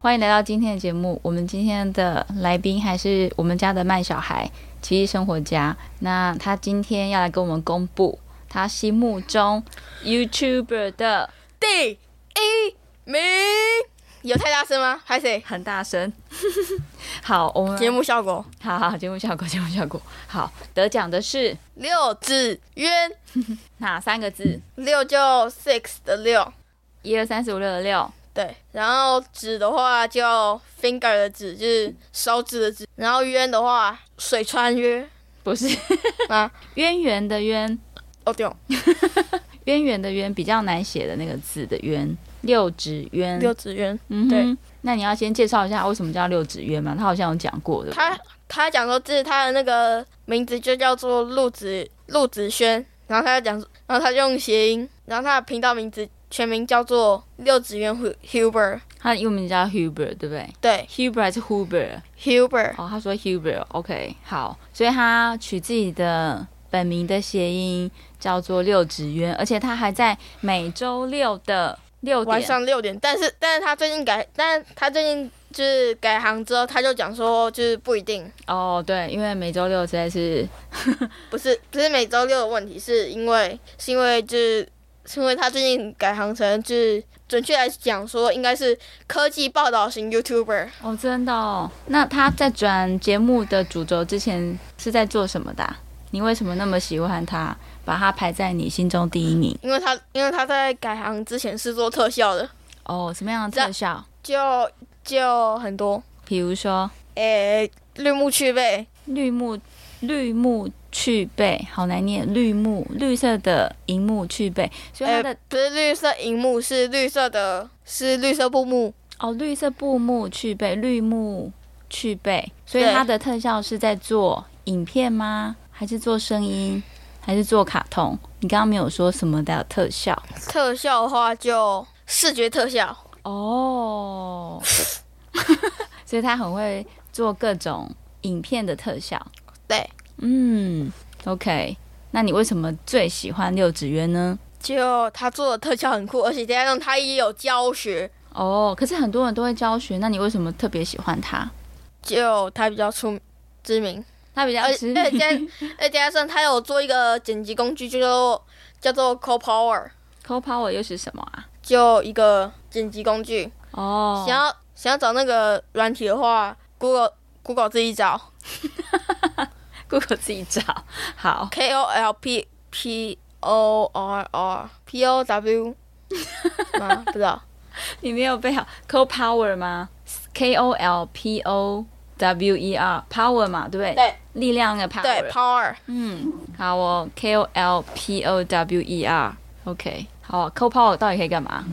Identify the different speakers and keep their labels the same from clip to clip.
Speaker 1: 欢迎来到今天的节目。我们今天的来宾还是我们家的慢小孩奇异生活家。那他今天要来跟我们公布他心目中 YouTuber 的
Speaker 2: 第一名。有太大声吗？还谁？
Speaker 1: 很大声。 好，我们
Speaker 2: 节目效果
Speaker 1: 好好节目效果，节目效果好。得奖的是
Speaker 2: 六字渊，
Speaker 1: 哪三个字？
Speaker 2: 六就 six 的六，
Speaker 1: 一二三四五六的六。
Speaker 2: 对，然后指的话就 finger 的指，就是手指的指，然后渊的话水穿约
Speaker 1: 不是
Speaker 2: 啊，
Speaker 1: 渊源的渊，
Speaker 2: 哦对哦，
Speaker 1: 渊源的渊比较难写的那个字的渊，六指渊。
Speaker 2: 六指渊，
Speaker 1: 嗯哼
Speaker 2: 对。
Speaker 1: 那你要先介绍一下为什么叫六指渊嘛？他好像有讲过的。
Speaker 2: 他他讲说这是他的那个名字就叫做陆子陆子轩，然后他就讲，然后他就用谐音，然后他的频道名字全名叫做六子渊 Hu- Huber，
Speaker 1: 他的英文名叫 Huber，对不对
Speaker 2: 对
Speaker 1: ？Huber 还是 Huber？
Speaker 2: Huber，
Speaker 1: 哦，他说 Huber，OK，、好，所以他取自己的本名的谐音叫做六指渊，而且他还在每周六的六
Speaker 2: 晚
Speaker 1: 点，
Speaker 2: 上六点，但是但是他最近改，但是他最近就是改行之后，他就讲说就是不一定，
Speaker 1: 哦，对，因为每周六实在是
Speaker 2: 不是不是每周六的问题，是因为是因为就是是因为他最近改行成就是准确来讲说应该是科技报道型 YouTuber，
Speaker 1: 哦，真的哦。那他在转节目的主轴之前是在做什么的啊、你为什么那么喜欢他，把他排在你心中第一名？
Speaker 2: 因为他因为他在改行之前是做特效的，
Speaker 1: 哦，什么样的特效？
Speaker 2: 就就很多，
Speaker 1: 比如说
Speaker 2: 诶、绿幕去呗，
Speaker 1: 绿幕，绿幕去背，好难念，绿幕，绿色的荧幕去背，所以
Speaker 2: 诶、
Speaker 1: 它的、
Speaker 2: 不是绿色荧幕，是绿色的，是绿色布幕，
Speaker 1: 哦，绿色布幕去背，绿幕去背，所以
Speaker 2: 对
Speaker 1: 它的特效是在做影片吗？还是做声音？还是做卡通？你刚刚没有说什么的特效。
Speaker 2: 特效的话就视觉特效。
Speaker 1: 哦， 所以他很会做各种影片的特效。
Speaker 2: 对，
Speaker 1: 嗯，OK，那你为什么最喜欢六指渊呢？
Speaker 2: 就他做的特效很酷，而且加上他也有教学，
Speaker 1: 哦，可是很多人都会教学，那你为什么特别喜欢他？
Speaker 2: 就他比较出 知名，
Speaker 1: 他比较
Speaker 2: 而
Speaker 1: 知
Speaker 2: 而且
Speaker 1: 名
Speaker 2: 加而且加上他有做一个剪辑工具，就叫做 CoPower，
Speaker 1: ，Co Power 又是什么啊？
Speaker 2: 就一个剪辑工具。
Speaker 1: 哦，
Speaker 2: 想要想要找那个软体的话，Google Google 自己找
Speaker 1: Google 自己找。好，
Speaker 2: K O L P P O R R P O W 吗？不知道，
Speaker 1: 你没有背好 Co Power 吗？K O L P O W E R Power 嘛，对不对？
Speaker 2: 对
Speaker 1: 力量的 Power。
Speaker 2: 对 Power
Speaker 1: 嗯，好哦，K O L P O W E R，OK，、好、啊、，Co Power 到底可以干嘛？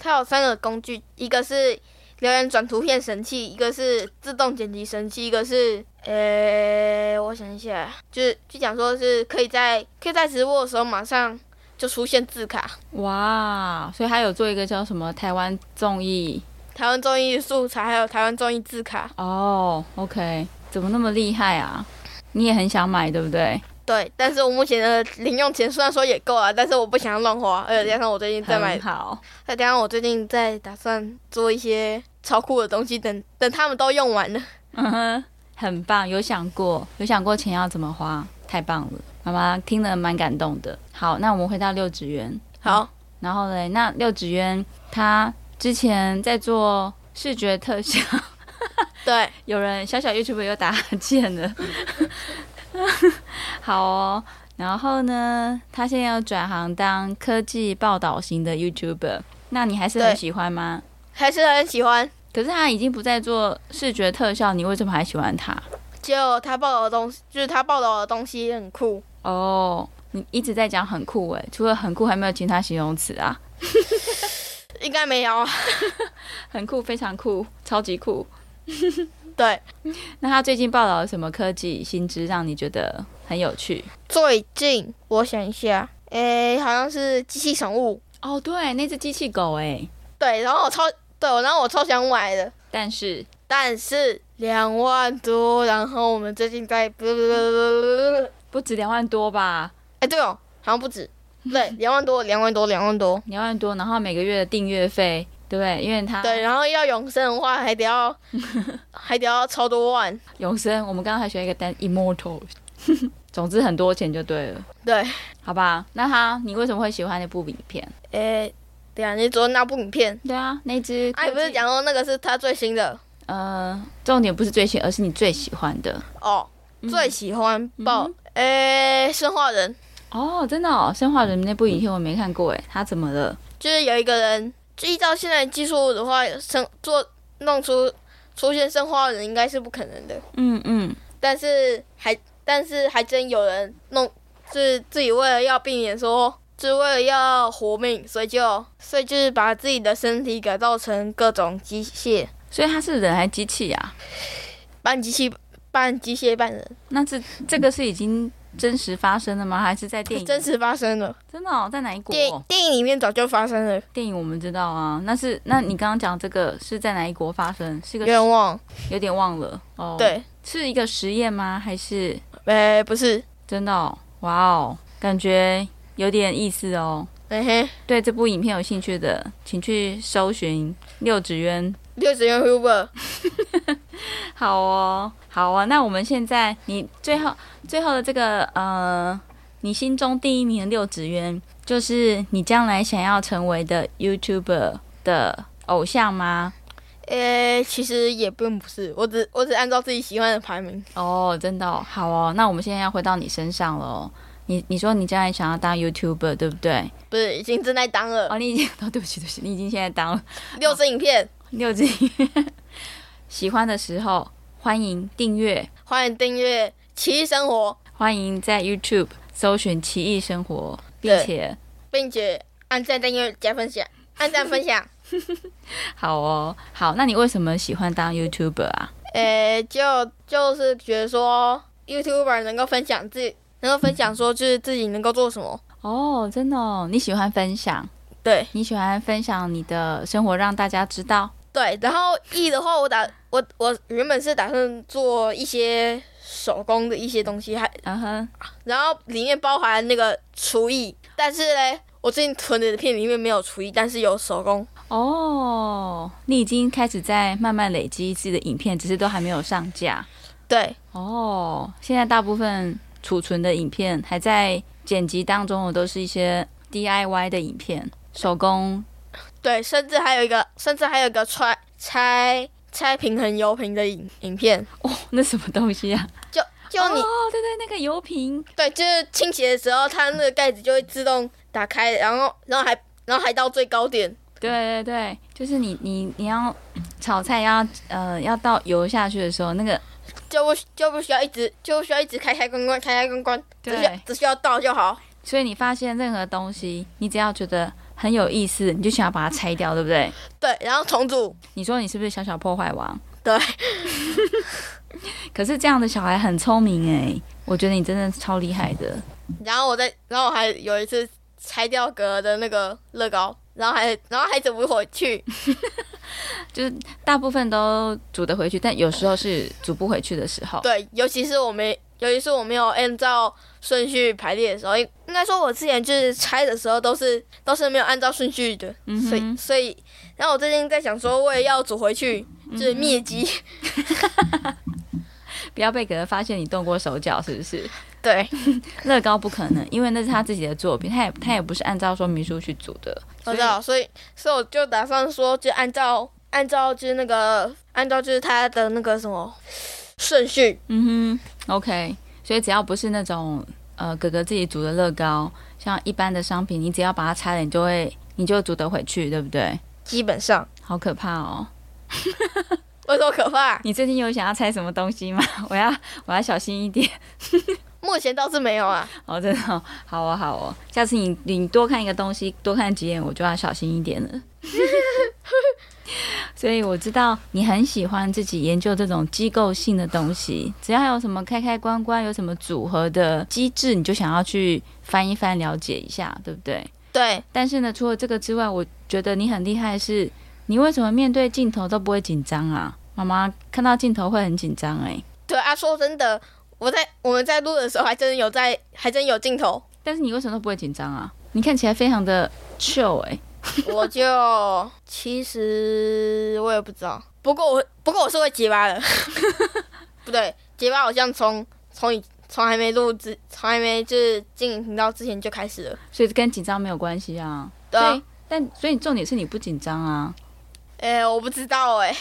Speaker 2: 它有三个工具，一个是留言转图片神器，一个是自动剪辑神器，一个是呃、我想一下，就是就讲说是可以在可以在直播的时候马上就出现字卡。
Speaker 1: 哇，所以他有做一个叫什么台湾综艺
Speaker 2: 台湾综艺素材，还有台湾综艺字卡，
Speaker 1: 哦，OK，怎么那么厉害啊？你也很想买对不对？
Speaker 2: 对。但是我目前的零用钱虽然说也够啊，但是我不想要乱花，而且加上我最近在买
Speaker 1: 很，好，
Speaker 2: 再加上我最近在打算做一些超酷的东西，等等他们都用完了。
Speaker 1: 嗯哼，很棒，有想过，有想过钱要怎么花，太棒了，妈妈听了蛮感动的。好，那我们回到六指园，
Speaker 2: 好，
Speaker 1: 然后嘞，那六指园他之前在做视觉特效。
Speaker 2: 对，
Speaker 1: 有人小小 YouTube 又打哈欠了， 好哦。然后呢，他现在要转行当科技报道型的 YouTuber，那你还是很
Speaker 2: 对
Speaker 1: 喜欢吗？
Speaker 2: 还是很喜欢。
Speaker 1: 可是他已经不再做视觉特效，你为什么还喜欢他？
Speaker 2: 就他报道的东西，就是他报道的东西很酷，
Speaker 1: 哦，你一直在讲很酷诶，除了很酷，还没有其他形容词啊。
Speaker 2: 应该没有啊。
Speaker 1: 很酷，非常酷，超级酷。
Speaker 2: 对，
Speaker 1: 那他最近报道了什么科技新知，让你觉得很有趣？
Speaker 2: 最近我想一下，诶，好像是机器宠物，
Speaker 1: 哦，对，那只机器狗欸诶，
Speaker 2: 对，然后我超，对，然后我超想买的，
Speaker 1: 但是
Speaker 2: 但是两万多，然后我们最近在，
Speaker 1: 不止两万多吧？
Speaker 2: 哎，对哦，好像不止，对，两万多，两万多，两万多，
Speaker 1: 两万多，然后每个月的订阅费对，因为他
Speaker 2: 对，然后要永生的话，还得要还得要超多万，
Speaker 1: 永生，我们刚刚还学一个单 immortal，总之很多钱就对了，
Speaker 2: 对，
Speaker 1: 好吧？那他，你为什么会喜欢那部影片？
Speaker 2: 诶，对啊，你昨天那部影片，
Speaker 1: 对啊，那只
Speaker 2: 哎、你不是讲说那个是他最新的
Speaker 1: 呃，重点不是最新，而是你最喜欢的
Speaker 2: 哦，
Speaker 1: 嗯
Speaker 2: 最喜欢爆诶，生化人
Speaker 1: 哦，真的哦，《生化人》那部影片我没看过哎，他怎么了？
Speaker 2: 就是有一个人，就依照现在技术的话，生做弄出出现生化人应该是不可能的，
Speaker 1: 嗯嗯，
Speaker 2: 但是还但是还真有人弄，是自己为了要避免说，就是为了要活命，所以就所以就是把自己的身体改造成各种机械，
Speaker 1: 所以他是人还是机器啊？
Speaker 2: 半机器半机械半人，
Speaker 1: 那这这个是已经真实发生的吗？还是在电影？
Speaker 2: 真实发生了，
Speaker 1: 真的哦，在哪一国？
Speaker 2: 电电影里面早就发生了，
Speaker 1: 电影我们知道啊，那是那你刚刚讲这个是在哪一国发生？是个
Speaker 2: 愿望
Speaker 1: 有点忘了哦。，
Speaker 2: 对，
Speaker 1: 是一个实验吗？还是
Speaker 2: 诶、不是，
Speaker 1: 真的、哦？哇哦，感觉有点意思哦。
Speaker 2: 嘿嘿，
Speaker 1: 对这部影片有兴趣的，请去搜寻六指渊。
Speaker 2: 六十元 Uber
Speaker 1: 好哦，好啊。那我们现在你最后最后的这个呃，你心中第一名的六指渊，就是你将来想要成为的 YouTuber 的偶像吗？
Speaker 2: 诶、其实也并不是，我只我只按照自己喜欢的排名。
Speaker 1: 哦，真的哦、好哦。那我们现在要回到你身上喽。你你说你将来想要当 YouTuber 对不对？
Speaker 2: 不是，已经正在当了。
Speaker 1: 哦，你已经 哦，对不起对不起，你已经现在当了
Speaker 2: 六支影片，
Speaker 1: 六级。 喜欢的时候欢迎订阅，
Speaker 2: 欢迎订阅《奇异生活
Speaker 1: 欢迎在 YouTube 搜寻“奇异生活”，并
Speaker 2: 对
Speaker 1: 且》，
Speaker 2: 并且按赞、订阅、加分享，按赞分享。
Speaker 1: 好哦好。那你为什么喜欢当 YouTuber 啊？
Speaker 2: 诶、就就是觉得说，YouTuber 能够分享自己，能够分享说就是自己能够做什么。
Speaker 1: 哦，真的哦，你喜欢分享，
Speaker 2: 对
Speaker 1: 你喜欢分享你的生活让大家知道。
Speaker 2: 对，然后 E 的话，我打我我原本是打算做一些手工的一些东西，还
Speaker 1: 嗯哼，
Speaker 2: 然后里面包含那个厨艺，但是嘞，我最近囤的片里面没有厨艺，但是有手工。
Speaker 1: 哦，你已经开始在慢慢累积自己的影片，只是都还没有上架。
Speaker 2: 对
Speaker 1: 哦，现在大部分储存的影片还在剪辑当中，我都是一些 DIY 的影片，手工。
Speaker 2: 对，甚至还有一个，甚至还有一个拆拆拆平衡油瓶的影影片，
Speaker 1: 哦，那什么东西啊？
Speaker 2: 就就你、
Speaker 1: 哦，对对，那个油瓶。
Speaker 2: 对，就是倾斜的时候，它那个盖子就会自动打开，然后然后还然后还到最高点。
Speaker 1: 对对对，就是你你你要炒菜要呃要倒油下去的时候，那个
Speaker 2: 就不就不需要一直就不需要一直开开关关开开关关，只需要
Speaker 1: 对
Speaker 2: 只需要倒就好。
Speaker 1: 所以你发现任何东西，你只要觉得很有意思，你就想要把它拆掉，对不对？
Speaker 2: 对，然后重组。
Speaker 1: 你说你是不是小小破坏王？
Speaker 2: 对，
Speaker 1: 可是这样的小孩很聪明哎，我觉得你真的超厉害的。
Speaker 2: 然后我再然后我还有一次拆掉格的那个乐高，然后还然后还怎么回去？
Speaker 1: 就是大部分都煮得回去，但有时候是煮不回去的时候。
Speaker 2: 对，尤其是我没，尤其是我没有按照顺序排列的时候，应应该说，我之前就是拆的时候都是都是没有按照顺序的，
Speaker 1: 嗯哼
Speaker 2: 所以所以，然后我最近在想说，我也要煮回去，就是灭机。
Speaker 1: 不要被可能发现你动过手脚，是不是？
Speaker 2: 对，
Speaker 1: 乐高不可能，因为那是他自己的作品，他也他也不是按照说明书去煮的。
Speaker 2: 我
Speaker 1: 所以
Speaker 2: 知道，所以所以我就打算说，就按照按照就是那个按照就是它的那个什么顺序，
Speaker 1: 嗯哼，OK，所以只要不是那种呃哥哥自己煮的乐高，像一般的商品，你只要把它拆了，你就会你就煮得回去，对不对？
Speaker 2: 基本上。
Speaker 1: 好可怕哦！
Speaker 2: 为什么可怕？
Speaker 1: 你最近有想要拆什么东西吗？ 我要我要小心一点。
Speaker 2: 目前倒是没有啊。
Speaker 1: 哦，真的哦、好哦，好哦，下次你你多看一个东西，多看几眼，我就要小心一点了。 所以我知道你很喜欢自己研究这种机构性的东西，只要有什么开开关关，有什么组合的机制，你就想要去翻一翻，了解一下，对不对？
Speaker 2: 对，
Speaker 1: 但是呢，除了这个之外，我觉得你很厉害的是，你为什么面对镜头都不会紧张啊？妈妈看到镜头会很紧张哎、
Speaker 2: 对啊，说真的，我在我们在录的时候还真有在，还真有镜头。
Speaker 1: 但是你为什么都不会紧张啊？你看起来非常的 chill 哎、
Speaker 2: 我就其实我也不知道，不过我不过我是会结巴 的，不对，结巴好像从从以从还没录之，从还没就是经营频道之前就开始了。
Speaker 1: 所以跟紧张没有关系啊。
Speaker 2: 对
Speaker 1: 所
Speaker 2: 啊
Speaker 1: 以，但所以重点是你不紧张啊。
Speaker 2: 哎、我不知道 哎、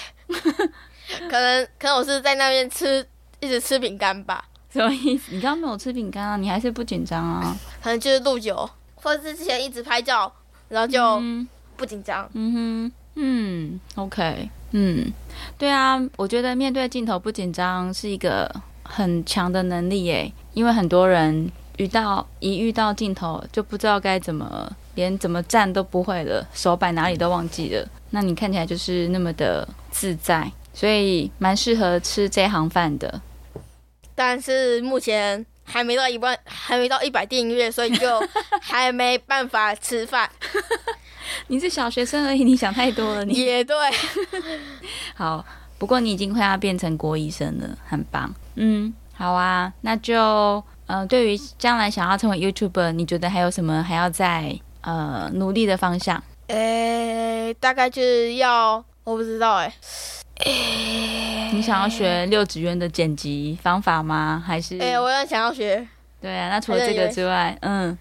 Speaker 2: 可能可能我是在那边吃一直吃饼干吧，
Speaker 1: 什么意思？你刚刚没有吃饼干啊，你还是不紧张啊？
Speaker 2: 可能就是录久，或者是之前一直拍照，然后就
Speaker 1: 嗯
Speaker 2: 不紧张。
Speaker 1: 嗯哼，嗯，OK，嗯，对啊，我觉得面对镜头不紧张是一个很强的能力耶，因为很多人遇到一遇到镜头就不知道该怎么，连怎么站都不会了，手摆哪里都忘记了。那你看起来就是那么的自在，所以蛮适合吃这行饭的。
Speaker 2: 但是目前还没到一万，还没到一百订阅，所以 就还没办法吃饭。
Speaker 1: 你是小学生而已，你想太多了， 你
Speaker 2: 也对，
Speaker 1: 好，不过你已经快要变成国医生了，很棒。嗯，好啊，那就呃，对于将来想要成为 YouTuber，你觉得还有什么还要在呃努力的方向？
Speaker 2: 诶、大概就是要我不知道诶、
Speaker 1: 你想要学六指渊的剪辑方法吗？还是？
Speaker 2: 诶、哎我也想要学
Speaker 1: 对啊，那除了这个之外，嗯，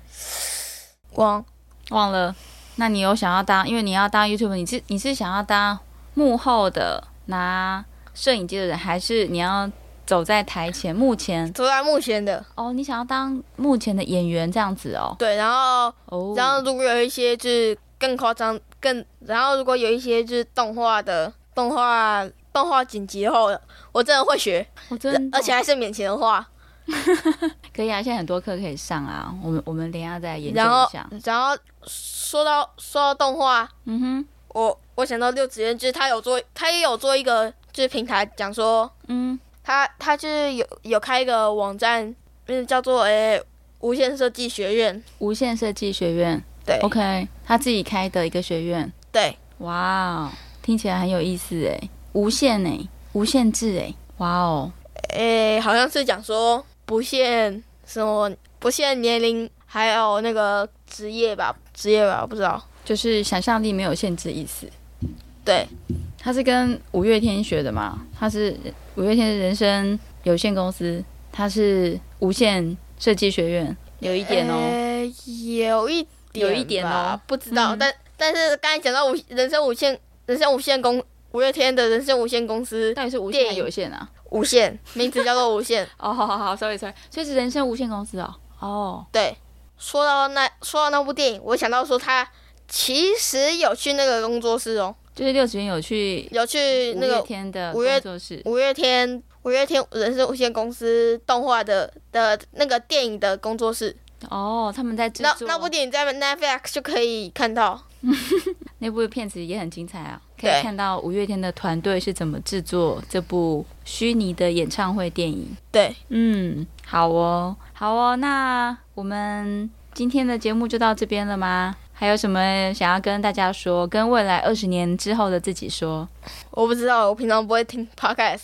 Speaker 2: 光，
Speaker 1: 忘了。那你有想要当？因为你要当 YouTuber，你是你是想要当幕后的拿摄影机的人，还是你要走在台前？目前
Speaker 2: 走在目前的
Speaker 1: 哦，你想要当目前的演员这样子哦。
Speaker 2: 对，然后
Speaker 1: 哦，
Speaker 2: 然后如果有一些就是更夸张更，然后如果有一些就是动画的动画动画剪辑后，我真的会学，
Speaker 1: 我哦真的
Speaker 2: 而且还是免钱的话，
Speaker 1: 可以啊，现在很多课可以上啊。我们我们等一下再来研究
Speaker 2: 然后
Speaker 1: 一下。
Speaker 2: 然后说到说到动画，
Speaker 1: 嗯哼，
Speaker 2: 我我想到六子渊，就是他有做，他也有做一个就是平台，讲说
Speaker 1: 嗯，
Speaker 2: 他他就是有有开一个网站，嗯，叫做诶、无限设计学院，
Speaker 1: 无线设计学院
Speaker 2: 对
Speaker 1: ，OK，他自己开的一个学院，
Speaker 2: 对，
Speaker 1: 哇哦，听起来很有意思哎，无限哎，无限制哎，哇哦，
Speaker 2: 诶、好像是讲说不限什么不限年龄，还有那个职业吧，职业吧，我不知道，
Speaker 1: 就是想象力没有限制意思。
Speaker 2: 对，
Speaker 1: 他是跟五月天学的嘛？他是五月天人生有限公司，他是无限设计学院，有一点哦。
Speaker 2: 诶有一点
Speaker 1: 有一点
Speaker 2: 吧
Speaker 1: 哦，
Speaker 2: 不知道，
Speaker 1: 嗯
Speaker 2: 但但是刚才讲到无人生无限人生无限公五月天的人生无限公司
Speaker 1: 到底是无限还
Speaker 2: 电
Speaker 1: 是
Speaker 2: 影
Speaker 1: 有限啊？
Speaker 2: 无限，名字叫做无限。
Speaker 1: 哦，好好好，sorry sorry，所以是人生无限公司哦。哦，
Speaker 2: 对，说到那说到那部电影，我想到说他其实有去那个工作室哦，
Speaker 1: 就是六子渊有去
Speaker 2: 有去
Speaker 1: 五
Speaker 2: 那
Speaker 1: 月
Speaker 2: 个
Speaker 1: 天的
Speaker 2: 五
Speaker 1: 工
Speaker 2: 月
Speaker 1: 作室，
Speaker 2: 五月天五月天人生无限公司动画的的那个电影的工作室，
Speaker 1: 哦，他们在制
Speaker 2: 那
Speaker 1: 作
Speaker 2: 那部电影在 Netflix 就可以看到。
Speaker 1: 那部片子也很精彩啊，可
Speaker 2: 对
Speaker 1: 以看到五月天的团队是怎么制作这部虚拟的演唱会电影。
Speaker 2: 对，
Speaker 1: 嗯，好哦，好哦，那我们今天的节目就到这边了吗？还有什么想要跟大家说，跟未来二十年之后的自己说？
Speaker 2: 我不知道，我平常不会听 podcast。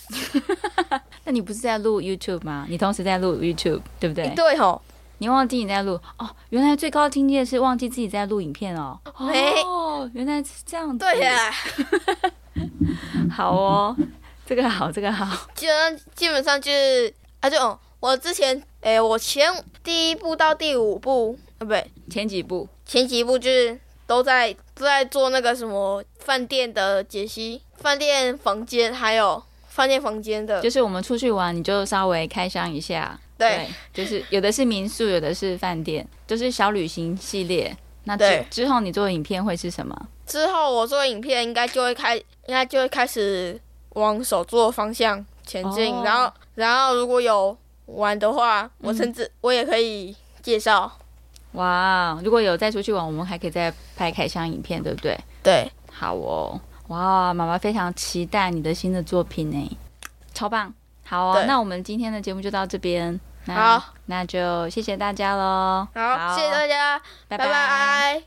Speaker 1: 那你不是在录 YouTube 吗？你同时在录 YouTube，对不对？
Speaker 2: 对哦吼，
Speaker 1: 你忘记你在录哦，原来最高境界是忘记自己在录影片哦。
Speaker 2: 哎
Speaker 1: 哦，原来是这样子。
Speaker 2: 对啊呀，
Speaker 1: 好哦，这个好，这个好。
Speaker 2: 基本上基本上就是啊，就、哦我之前诶、我前第一部到第五部啊，不对，
Speaker 1: 前几部
Speaker 2: 前几部就是都在都在做那个什么饭店的解析，饭店房间还有饭店房间的，
Speaker 1: 就是我们出去玩，你就稍微开箱一下。
Speaker 2: 对，
Speaker 1: 就是有的是民宿，有的是饭店，就是小旅行系列。那之
Speaker 2: 对
Speaker 1: 之后你做的影片会是什么？
Speaker 2: 之后我做影片应该就会开，应该就会开始往手作方向前进，
Speaker 1: 哦嗯
Speaker 2: 然后然后如果有玩的话，我甚至我也可以介绍，
Speaker 1: 哇，哦如果有再出去玩，我们还可以再拍开箱影片，对不对？
Speaker 2: 对，
Speaker 1: 好哦，哇，妈妈非常期待你的新的作品呢，超棒！好哦，
Speaker 2: 对
Speaker 1: 那我们今天的节目就到这边，那
Speaker 2: 好，
Speaker 1: 那就谢谢大家喽，
Speaker 2: 好，谢谢大家，
Speaker 1: 拜
Speaker 2: 拜拜